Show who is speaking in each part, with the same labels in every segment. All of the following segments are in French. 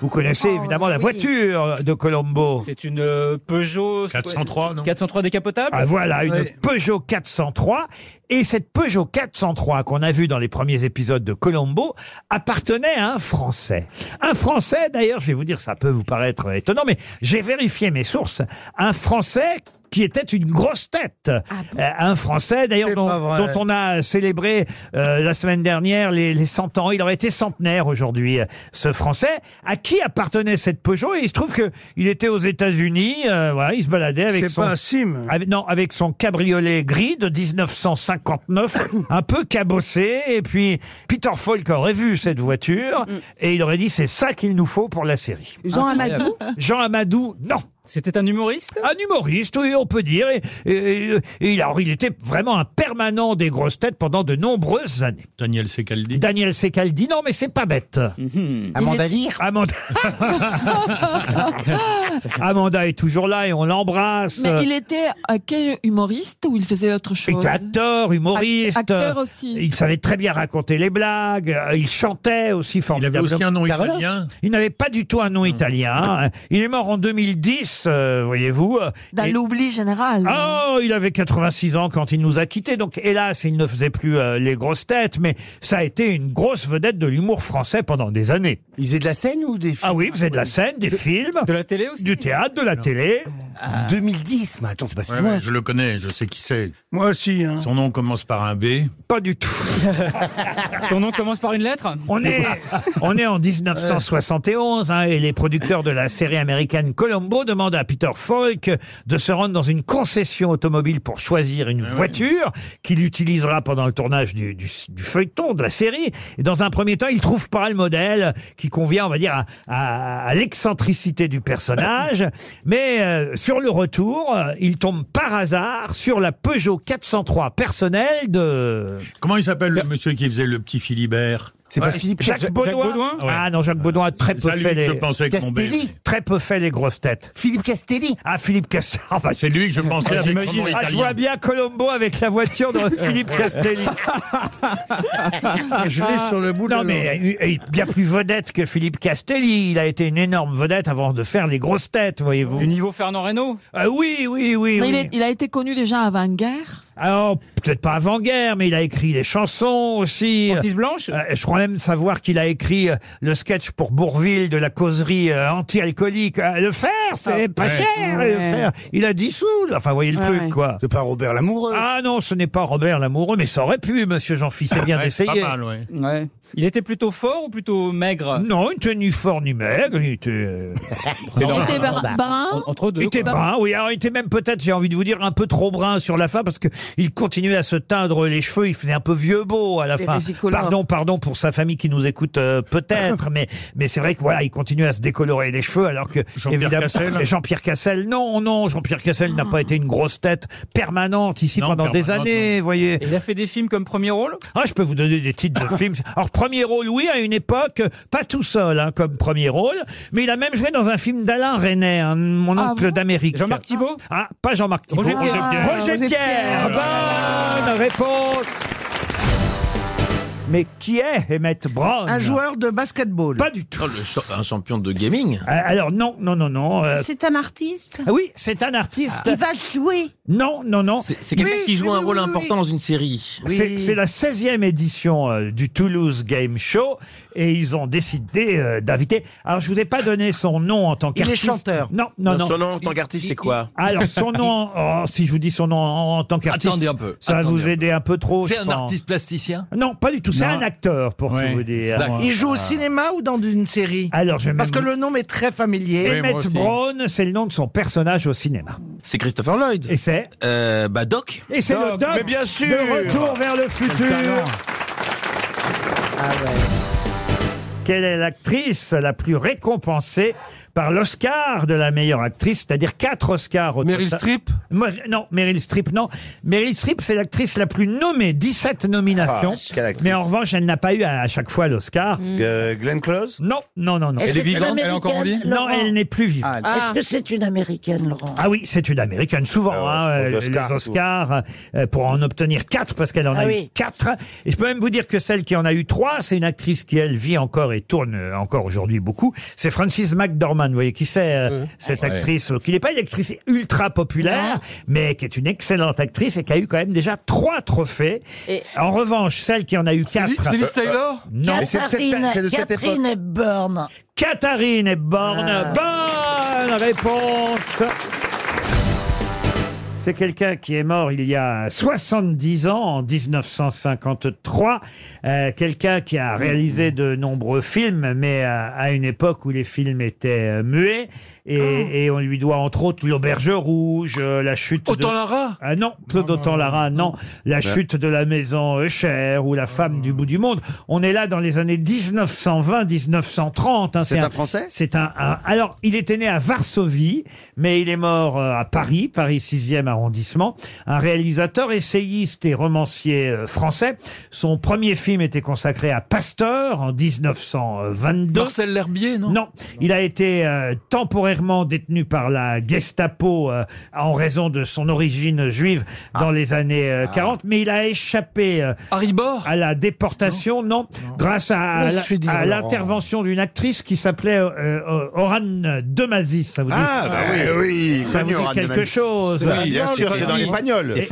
Speaker 1: Vous connaissez évidemment la voiture de Colombo.
Speaker 2: C'est une euh, Peugeot c'est quoi
Speaker 3: 403, non
Speaker 2: 403 décapotable
Speaker 1: Ah, voilà, une
Speaker 2: Ouais.
Speaker 1: Peugeot 403. Et cette Peugeot 403 qu'on a vue dans les premiers épisodes de Colombo appartenait à un Français. Un Français, d'ailleurs, je vais vous dire, ça peut vous paraître étonnant, mais j'ai vérifié mes sources. Un Français qui était une grosse tête. Euh, Un Français, d'ailleurs,
Speaker 4: C'est
Speaker 1: dont,
Speaker 4: pas vrai.
Speaker 1: dont on a célébré euh, la semaine dernière les, les 100 ans. Il aurait été centenaire aujourd'hui, euh, ce Français. À qui appartenait cette Peugeot Et il se trouve que il était aux États-Unis. euh, voilà, il se baladait avec
Speaker 4: C'est
Speaker 1: son...
Speaker 4: pas un sim.
Speaker 1: Avec- non, avec son cabriolet gris de 1959, un peu cabossé. Et puis, Peter Falk aurait vu cette voiture et il aurait dit c'est ça qu'il nous faut pour la série.
Speaker 5: Jean Amadou
Speaker 1: Jean Amadou, non.
Speaker 2: C'était un humoriste
Speaker 1: Un humoriste, oui, on peut dire. Et, et- et- et il- alors, il était vraiment un permanent des grosses têtes pendant de nombreuses années.
Speaker 3: Daniel Secaldi.
Speaker 1: Daniel Secaldi, non, mais c'est pas bête.
Speaker 6: Amanda Lear
Speaker 1: Amanda... Amanda est toujours là et on l'embrasse.
Speaker 5: Mais il était euh, quel humoriste ou il faisait autre
Speaker 1: Il
Speaker 5: chose
Speaker 1: était acteur, humoriste.
Speaker 5: Ac- acteur aussi.
Speaker 1: Il savait très bien raconter les blagues. euh, Il chantait aussi
Speaker 3: Il avait
Speaker 1: formidablement.
Speaker 3: aussi un nom
Speaker 6: Carola.
Speaker 3: italien. Mmh.
Speaker 1: Il n'avait pas du tout un nom italien. hein. Il est mort en 2010, euh, voyez-vous.
Speaker 5: Dans
Speaker 1: Et-
Speaker 5: l'oubli général.
Speaker 1: Oh, il avait 86 ans quand il nous a quittés. Donc, hélas, il ne faisait plus euh, les grosses têtes, mais ça a été une grosse vedette de l'humour français pendant des années.
Speaker 6: Il faisait de la scène ou des films
Speaker 1: Ah oui, il faisait de la scène, des films,
Speaker 2: De la télé aussi
Speaker 1: du théâtre, de la télé. Ah.
Speaker 6: 2010, mais attends, c'est pas si
Speaker 3: Ouais,
Speaker 6: loin.
Speaker 3: ouais, je le connais, je sais qui c'est.
Speaker 4: Moi aussi. Hein.
Speaker 3: Son nom commence par un B.
Speaker 1: Pas du tout.
Speaker 2: Son nom commence par une lettre
Speaker 1: On est, on est en 1971 hein, et les producteurs de la série américaine Colombo demandent à Peter Falk de se rendre dans une concession automobile pour choisir une voiture qu'il utilisera pendant le tournage du, du- du feuilleton de la série. Et dans un premier temps, il trouve pas le modèle qui convient, on va dire, à, à- à l'excentricité du personnage. Mais euh, sur le retour, euh, il tombe par hasard sur la Peugeot 403 personnelle de
Speaker 3: Comment il s'appelle le monsieur qui faisait le petit Philibert
Speaker 6: C'est pas
Speaker 3: Ouais,
Speaker 6: Philippe
Speaker 1: Jacques
Speaker 6: Castel-
Speaker 1: Baudouin.
Speaker 2: Baudouin
Speaker 1: Ah non, Jacques Baudouin a très peu
Speaker 3: Ça, lui,
Speaker 1: fait
Speaker 3: que je
Speaker 1: les
Speaker 3: pensais avec mon B.
Speaker 6: Castelli.
Speaker 1: très peu fait les grosses têtes.
Speaker 6: Philippe Castelli.
Speaker 1: Ah, Philippe Castel. Ah, bah, c'est-
Speaker 3: C'est lui que je pensais
Speaker 2: Ah,
Speaker 3: avec son
Speaker 2: j'imagine.
Speaker 3: nom
Speaker 1: Ah, je vois
Speaker 3: italien.
Speaker 1: bien Colombo avec la voiture de Philippe Castelli.
Speaker 4: Je l'ai sur le bout de
Speaker 1: Non,
Speaker 4: la langue.
Speaker 1: mais euh, euh, bien plus vedette que Philippe Castelli. Il a été une énorme vedette avant de faire les grosses têtes, voyez-vous.
Speaker 2: Du niveau Fernand Reynaud
Speaker 1: Ah oui, oui, oui. oui.
Speaker 5: Mais il, est- il a été connu déjà avant-guerre.
Speaker 1: Alors, peut-être pas avant-guerre, mais il a écrit des chansons aussi.
Speaker 2: Francis Blanche
Speaker 1: Euh, je crois même savoir qu'il a écrit euh, le sketch pour Bourville de la causerie euh, anti-alcoolique. Euh, Le faire, c'est pas
Speaker 3: ouais.
Speaker 1: cher.
Speaker 5: Ah, Ouais.
Speaker 1: Le faire. Il a 10 sous. là. Enfin, vous voyez le
Speaker 5: Ouais,
Speaker 1: truc,
Speaker 5: ouais.
Speaker 1: quoi.
Speaker 6: C'est pas Robert Lamoureux.
Speaker 1: Ah non, ce n'est pas Robert l'amoureux, mais ça aurait pu, monsieur Jean-Fils, c'est bien
Speaker 3: Ouais, c'est
Speaker 1: d'essayer.
Speaker 3: Pas mal, ouais.
Speaker 2: Ouais. Il était plutôt fort ou plutôt maigre
Speaker 1: Non, il était ni fort ni maigre, il était, euh,
Speaker 5: Il était br- brun.
Speaker 2: En- Entre deux.
Speaker 1: il était
Speaker 2: quoi.
Speaker 1: brun, oui, alors il était même peut-être, j'ai envie de vous dire, un peu trop brun sur la fin, parce que il continuait à se teindre les cheveux, il faisait un peu vieux beau à la
Speaker 5: Et
Speaker 1: fin.
Speaker 5: régicolore.
Speaker 1: Pardon, pardon pour sa famille qui nous écoute euh, peut-être, mais, mais c'est vrai que voilà, il continuait à se décolorer les cheveux, alors que,
Speaker 3: Jean-Pierre Cassel
Speaker 1: Jean-Pierre Cassel, non, non, Jean-Pierre Cassel n'a pas été une grosse tête permanente ici
Speaker 3: Non,
Speaker 1: pendant des
Speaker 3: permanente,
Speaker 1: années, voyez.
Speaker 2: Et il a fait des films comme premier rôle
Speaker 1: Ah, je peux vous donner des titres de films. Alors, premier rôle, oui, à une époque, pas tout seul hein, comme premier rôle, mais il a même joué dans un film d'Alain René, hein, mon
Speaker 5: Ah
Speaker 1: oncle
Speaker 5: bon
Speaker 1: d'Amérique.
Speaker 2: Jean-Marc Thibault
Speaker 1: Ah, pas Jean-Marc Thibault.
Speaker 2: Roger Pierre.
Speaker 5: Ah,
Speaker 1: Roger
Speaker 5: Roger
Speaker 1: Pierre.
Speaker 5: Pierre.
Speaker 1: Bonne réponse. Mais qui est Emmett Brown
Speaker 4: Un joueur de basketball.
Speaker 1: Pas du tout.
Speaker 3: Oh, le cha- un champion de gaming.
Speaker 1: Euh, Alors, non, non, non, non. euh,
Speaker 7: C'est un artiste
Speaker 1: ah oui, c'est un artiste.
Speaker 7: Il va jouer.
Speaker 1: Non, non, non.
Speaker 8: C'est c'est quelqu'un
Speaker 7: Oui,
Speaker 8: qui
Speaker 7: oui,
Speaker 8: joue un
Speaker 7: oui,
Speaker 8: rôle
Speaker 7: oui,
Speaker 8: important
Speaker 7: oui.
Speaker 8: dans une série.
Speaker 1: C'est c'est la 16e édition euh, du Toulouse Game Show et ils ont décidé euh, d'inviter. Alors, je vous ai pas donné son nom en tant
Speaker 4: Il est
Speaker 1: qu'artiste.
Speaker 4: chanteur.
Speaker 1: Non, non, non.
Speaker 8: nom en tant qu'artiste, c'est quoi
Speaker 1: Alors, son nom, oh, si je vous dis son nom en, en tant qu'artiste,
Speaker 9: Attendez un peu.
Speaker 1: ça va
Speaker 9: attendez un
Speaker 1: vous
Speaker 9: peu.
Speaker 1: aider un peu trop.
Speaker 9: C'est
Speaker 1: je
Speaker 9: un
Speaker 1: pense.
Speaker 9: artiste plasticien
Speaker 1: Non, pas du tout. C'est
Speaker 2: Non.
Speaker 1: un acteur, pour
Speaker 2: Ouais,
Speaker 1: tout vous dire.
Speaker 9: d'accord.
Speaker 4: Il joue au cinéma ou dans une série
Speaker 1: Alors, je vais
Speaker 4: Parce que
Speaker 1: même-
Speaker 4: le nom est très familier.
Speaker 1: Emmett
Speaker 2: moi aussi.
Speaker 1: Brown, c'est le nom de son personnage au cinéma.
Speaker 8: C'est Christopher Lloyd.
Speaker 1: Et c'est
Speaker 8: Euh, bah Doc.
Speaker 1: et c'est le doc
Speaker 6: mais bien sûr.
Speaker 1: de retour vers le futur. Ah Quelle est l'actrice la plus récompensée par l'Oscar de la meilleure actrice, c'est-à-dire quatre Oscars. au
Speaker 9: Meryl
Speaker 1: total.
Speaker 9: Streep
Speaker 1: Moi, non, Meryl Streep, non. Meryl Streep, c'est l'actrice la plus nommée, 17 nominations.
Speaker 6: Ah, quelle actrice.
Speaker 1: mais en revanche, elle n'a pas eu à, à chaque fois l'Oscar.
Speaker 6: Euh, Glenn Close
Speaker 1: Non, non, non, non.
Speaker 9: Elle est vivante, elle est encore en vie
Speaker 1: Non, elle n'est plus vivante.
Speaker 9: Ah,
Speaker 7: Est-ce que c'est une américaine, Laurent
Speaker 1: Ah oui, c'est une américaine, souvent,
Speaker 6: Ah
Speaker 1: hein,
Speaker 6: ouais, aux
Speaker 1: euh,
Speaker 6: Oscars,
Speaker 1: les Oscars, euh, pour en obtenir quatre, parce qu'elle en a
Speaker 7: Ah
Speaker 1: eu
Speaker 7: oui.
Speaker 1: quatre. Et je peux même vous dire que celle qui en a eu trois, c'est une actrice qui, elle, vit encore et et tourne euh, encore aujourd'hui beaucoup, c'est Frances McDormand. Vous voyez qui c'est, euh,
Speaker 7: Mmh.
Speaker 1: cette
Speaker 3: Ouais.
Speaker 1: actrice, euh, qui n'est pas une actrice ultra populaire, mais qui est une excellente actrice et qui a eu quand même déjà trois trophées.
Speaker 10: Et-
Speaker 1: En revanche, celle qui en a eu quatre... euh,
Speaker 2: Liz Taylor
Speaker 1: Non,
Speaker 6: Mais c'est de cette-
Speaker 7: Catherine,
Speaker 6: c'est de cette
Speaker 7: Catherine Hepburn.
Speaker 1: Catherine et Borne. Bonne réponse. C'est quelqu'un qui est mort il y a 70 ans, en 1953. Euh, quelqu'un qui a réalisé de nombreux films, mais à, à une époque où les films étaient euh, muets. Et, et on lui doit entre autres L'Auberge Rouge, euh, La Chute
Speaker 9: Autant
Speaker 1: de...
Speaker 9: Lara
Speaker 1: Ah non, Claude Autant Lara, non. La chute de la maison Euchère ou La femme du bout du monde. On est là dans les années 1920-1930.
Speaker 6: C'est un Français
Speaker 1: hein. C'est un, un- Alors, il était né à Varsovie, mais il est mort euh, à Paris, Paris 6e arrondissement. Un réalisateur, essayiste et romancier euh, français. Son premier film était consacré à Pasteur en 1922.
Speaker 9: Marcel L'Herbier, non
Speaker 1: Non, il a été euh, temporairement détenu par la Gestapo euh, en raison de son origine juive dans les années euh, 40, mais il a échappé euh,
Speaker 9: Harry Bor
Speaker 2: Ah,
Speaker 1: à la déportation, non, grâce à, à la- à l'intervention d'une actrice qui s'appelait euh, euh, Oran Demazis. Ça vous dit,
Speaker 6: Ah, bah oui, oui.
Speaker 1: ça vous dit quelque chose
Speaker 6: Oui, bien sûr, c'est dans les bagnoles.
Speaker 1: et, et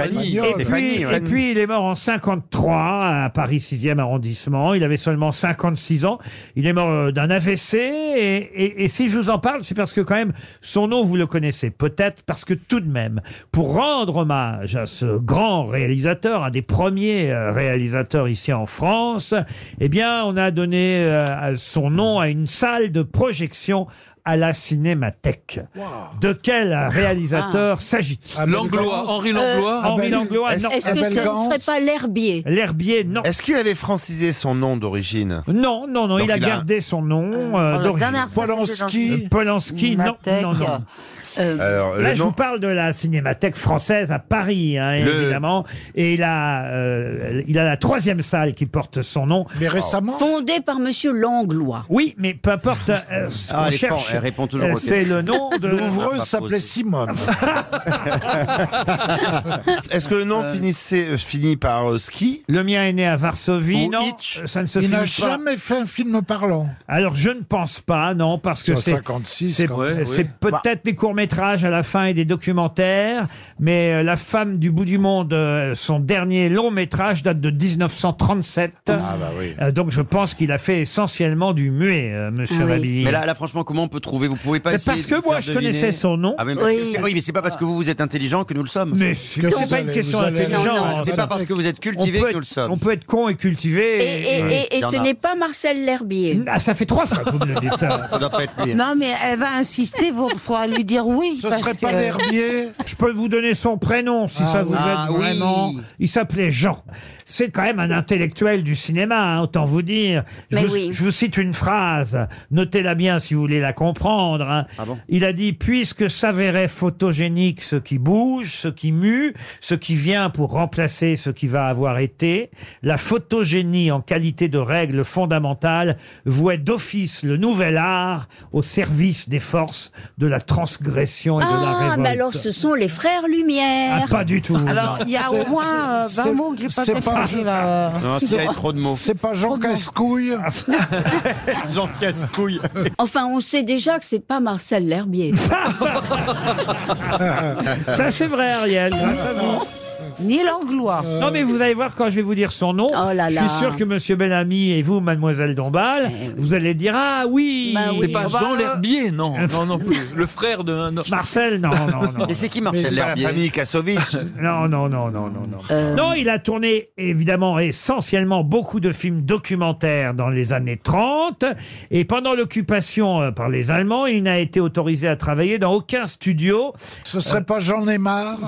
Speaker 1: puis, et puis, il est mort en 53 à Paris 6e arrondissement. Il avait seulement 56 ans. Il est mort euh, d'un AVC. Et, et- et si je vous en parle, c'est parce que quand même, son nom, vous le connaissez peut-être, parce que tout de même, pour rendre hommage à ce grand réalisateur, un des premiers euh, réalisateurs ici en France, eh bien, on a donné euh, son nom à une salle de projection à la Cinémathèque. De quel réalisateur
Speaker 2: Ah.
Speaker 1: s'agit-il
Speaker 9: Langlois, Henri Langlois.
Speaker 1: Henri Langlois, non.
Speaker 10: Est-ce que ce ne serait pas l'herbier
Speaker 1: L'herbier, non.
Speaker 6: Est-ce qu'il avait francisé son nom d'origine
Speaker 1: Non, non, non, il,
Speaker 6: Donc
Speaker 1: a
Speaker 6: il a-
Speaker 1: gardé son nom euh,
Speaker 7: Oh, La
Speaker 1: d'origine.
Speaker 7: dernière fois que j'étais dans une
Speaker 1: Euh, Polanski, non,
Speaker 7: cinémathèque,
Speaker 1: non, non.
Speaker 7: euh,
Speaker 6: Alors,
Speaker 1: Là,
Speaker 6: le
Speaker 1: je vous
Speaker 6: nom.
Speaker 1: parle de la cinémathèque française à Paris, hein,
Speaker 6: Le-
Speaker 1: évidemment. Et il a, euh, il a la troisième salle qui porte son nom.
Speaker 3: Mais récemment.
Speaker 10: Fondé euh, par Monsieur Langlois.
Speaker 1: Oui, mais peu importe euh, ce qu'on
Speaker 6: Ah, elle est
Speaker 1: cherche.
Speaker 6: fort, elle répond toujours
Speaker 1: euh,
Speaker 6: aux questions.
Speaker 1: c'est le nom de.
Speaker 6: Ah,
Speaker 3: L'ouvreuse
Speaker 6: s'appelait
Speaker 3: s'appelait Simone.
Speaker 6: Est-ce que le nom finissait, euh, finit par euh, ski
Speaker 1: Le mien est né à Varsovie,
Speaker 6: Ou
Speaker 1: non,
Speaker 6: Hitch.
Speaker 1: ça ne se finit pas.
Speaker 3: fait un film parlant.
Speaker 1: Alors je ne pense pas, non, parce que
Speaker 3: Sur
Speaker 1: c'est
Speaker 3: 56,
Speaker 1: c'est-
Speaker 3: quand même, Bah.
Speaker 1: euh,
Speaker 3: oui.
Speaker 1: c'est peut-être des courts métrages à la fin et des documentaires, mais euh, la femme du bout du monde, euh, son dernier long métrage date de 1937.
Speaker 3: Ah, bah
Speaker 1: Euh, donc je pense qu'il a fait essentiellement du muet, euh, Monsieur
Speaker 10: Ah oui.
Speaker 1: Mabille.
Speaker 11: Mais là, là, franchement, comment on peut trouver Vous pouvez pas
Speaker 1: Mais
Speaker 11: essayer
Speaker 1: parce
Speaker 11: de
Speaker 1: que
Speaker 11: nous
Speaker 1: moi
Speaker 11: faire
Speaker 1: je
Speaker 11: deviner
Speaker 1: connaissais son nom.
Speaker 11: Ah, mais parce que
Speaker 7: Oui.
Speaker 11: c'est- oui, mais c'est pas parce que vous vous êtes intelligent que nous le sommes.
Speaker 1: Mais c'est
Speaker 3: Que
Speaker 1: c'est
Speaker 3: vous
Speaker 1: pas
Speaker 3: allez-
Speaker 1: une question
Speaker 3: vous allez-
Speaker 1: d'intelligence.
Speaker 3: Non,
Speaker 11: C'est pas parce que vous êtes
Speaker 1: on
Speaker 11: cultivé
Speaker 1: peut,
Speaker 11: que nous le
Speaker 1: être,
Speaker 11: sommes.
Speaker 1: on peut être con et cultivé.
Speaker 10: Et,
Speaker 1: et-
Speaker 10: et- et-
Speaker 11: Il
Speaker 10: et
Speaker 11: y
Speaker 10: ce
Speaker 11: en a.
Speaker 10: n'est pas Marcel L'Herbier.
Speaker 1: Ah, ça fait trois fois que vous me le dites. hein.
Speaker 11: Ça doit pas être lui.
Speaker 7: Non, mais elle va insister, il faudra lui dire oui.
Speaker 3: Ce
Speaker 7: parce
Speaker 3: serait pas
Speaker 7: que-
Speaker 3: l'herbier
Speaker 1: Je peux vous donner son prénom si ça vous
Speaker 11: Ah,
Speaker 1: aide
Speaker 11: oui.
Speaker 1: vraiment. Il s'appelait Jean. C'est quand même un intellectuel du cinéma, hein, autant vous dire. Je,
Speaker 10: Mais
Speaker 1: vous,
Speaker 10: oui.
Speaker 1: je vous cite une phrase, notez-la bien si vous voulez la comprendre. hein.
Speaker 11: Ah
Speaker 1: Il a dit Puisque s'avérait photogénique ce qui bouge, ce qui mue, ce qui vient pour remplacer ce qui va avoir été, la photogénie en qualité de règle fondamentale vouait d'office le nouvel art au service des forces de la transgression et de la
Speaker 10: Ah,
Speaker 1: révolte.
Speaker 10: mais alors ce sont les frères
Speaker 1: Ah,
Speaker 10: Lumière.
Speaker 1: pas du tout.
Speaker 7: Alors, il y a au moins euh, 20 mots que j'ai pas
Speaker 3: c'est pas-
Speaker 7: compris, là.
Speaker 11: Non, s'il y a trop de mots.
Speaker 3: C'est pas Jean Cascouille
Speaker 11: Jean Casse-Couille.
Speaker 10: Enfin, on sait déjà que c'est pas Marcel L'Herbier.
Speaker 1: Ça, c'est vrai, Ariel. grâce à vous. Euh,
Speaker 7: Ni l'anglois.
Speaker 1: Non, mais vous allez voir quand je vais vous dire son nom.
Speaker 10: Oh là
Speaker 1: Je
Speaker 10: là.
Speaker 1: suis sûr que Monsieur Bellamy et vous, Mademoiselle Dombal, vous allez dire Ah oui,
Speaker 10: Bah oui.
Speaker 9: C'est pas
Speaker 7: Bah,
Speaker 9: Jean
Speaker 7: euh,
Speaker 9: L'Herbier, non. Non, non plus. Le frère de... un- non.
Speaker 1: Marcel, non, non, non.
Speaker 11: Mais c'est qui
Speaker 6: C'est
Speaker 11: Marcel
Speaker 6: pas la
Speaker 11: L'Herbier
Speaker 6: famille Kassovitch.
Speaker 1: Non, non, non, non, non, non.
Speaker 10: Euh,
Speaker 1: Non, il a tourné évidemment essentiellement beaucoup de films documentaires dans les années 30. Et pendant l'occupation euh, par les Allemands, il n'a été autorisé à travailler dans aucun studio.
Speaker 3: Ce serait pas Jean Neymar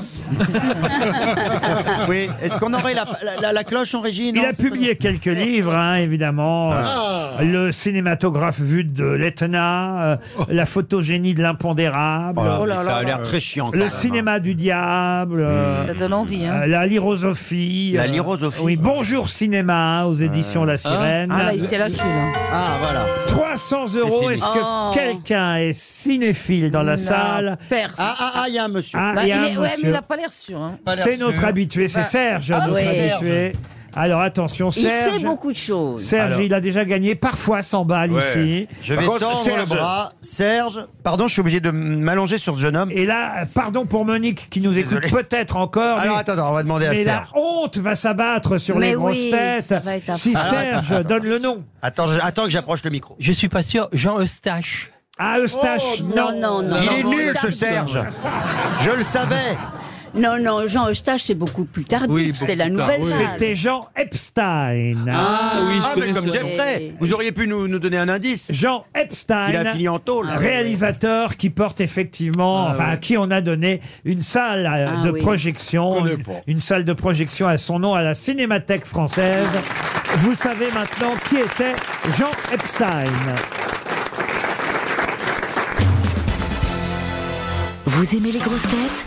Speaker 11: Oui. Est-ce qu'on aurait la, la- la- la cloche en régie
Speaker 1: Il
Speaker 11: Non,
Speaker 1: a
Speaker 11: c'est pas
Speaker 1: publié quelques livres, hein, évidemment.
Speaker 7: Ah.
Speaker 1: Euh, Le cinématographe vu de l'Etna, euh, La photogénie de l'impondérable,
Speaker 11: ça.
Speaker 7: Oh là
Speaker 11: Ça
Speaker 7: là.
Speaker 11: a l'air très chiant. quand
Speaker 1: Le
Speaker 11: même.
Speaker 1: cinéma du diable, euh,
Speaker 7: Ça donne envie, hein.
Speaker 1: euh, La lyrosophie.
Speaker 11: La
Speaker 1: euh,
Speaker 11: lyrosophie.
Speaker 1: oui, Bonjour Cinéma aux éditions La Sirène.
Speaker 7: Euh. Ah, là, il s'est lâché, là.
Speaker 11: Ah, voilà.
Speaker 1: 300 euros,
Speaker 11: fini.
Speaker 1: est-ce que
Speaker 10: Oh.
Speaker 1: quelqu'un est cinéphile dans la salle
Speaker 7: Perse.
Speaker 11: Ah, ah, ah, il y a un monsieur.
Speaker 1: Ah,
Speaker 7: Bah,
Speaker 1: il
Speaker 7: il
Speaker 1: y a un
Speaker 7: est- ouais, mais
Speaker 1: monsieur.
Speaker 7: il a pas l'air sûr, hein.
Speaker 11: Pas l'air
Speaker 1: C'est notre
Speaker 11: sûr.
Speaker 1: habitué, c'est Serge,
Speaker 11: Ah,
Speaker 1: notre
Speaker 11: c'est
Speaker 1: habitué. Alors attention,
Speaker 10: Il
Speaker 1: Serge.
Speaker 10: sait beaucoup de choses.
Speaker 1: Serge,
Speaker 11: Alors.
Speaker 1: il a déjà gagné parfois 100 balles ici.
Speaker 11: Je vais tendre le bras. Serge, pardon, je suis obligé de m'allonger sur ce jeune homme.
Speaker 1: Et là, pardon pour Monique qui nous écoute peut-être encore.
Speaker 11: Alors
Speaker 1: mais-
Speaker 11: attends, attends, on va demander à
Speaker 1: mais la
Speaker 11: Serge.
Speaker 1: honte va s'abattre sur
Speaker 10: Mais
Speaker 1: les
Speaker 10: oui,
Speaker 1: grosses têtes.
Speaker 10: ça va être
Speaker 1: Si
Speaker 11: affreux.
Speaker 1: Serge
Speaker 11: Attends, attends,
Speaker 1: donne le nom.
Speaker 11: Attends, je- attends que j'approche le micro.
Speaker 12: Je suis pas sûr. Jean Eustache.
Speaker 1: Ah, Eustache,
Speaker 10: Oh, Non, non, non.
Speaker 11: Il est
Speaker 10: non,
Speaker 11: nul
Speaker 10: non,
Speaker 11: ce
Speaker 10: non.
Speaker 11: Serge. Je le savais.
Speaker 10: Non, non, Jean Eustache, c'est beaucoup plus tardif.
Speaker 1: Oui,
Speaker 10: c'est la nouvelle vague.
Speaker 1: C'était Jean Epstein.
Speaker 10: Ah oui, je
Speaker 11: Ah, mais
Speaker 10: connais
Speaker 11: comme
Speaker 10: ça.
Speaker 11: Jeffrey,
Speaker 10: Et-
Speaker 11: vous auriez pu nous, nous donner un indice.
Speaker 1: Jean Epstein.
Speaker 11: Il a fini en tôle.
Speaker 1: Ah Réalisateur qui porte effectivement, enfin, à qui on a donné une salle euh,
Speaker 11: Ah
Speaker 1: de
Speaker 11: oui.
Speaker 1: projection, une, une salle de projection à son nom à la Cinémathèque française. Vous savez maintenant qui était Jean Epstein.
Speaker 13: Vous aimez les grosses têtes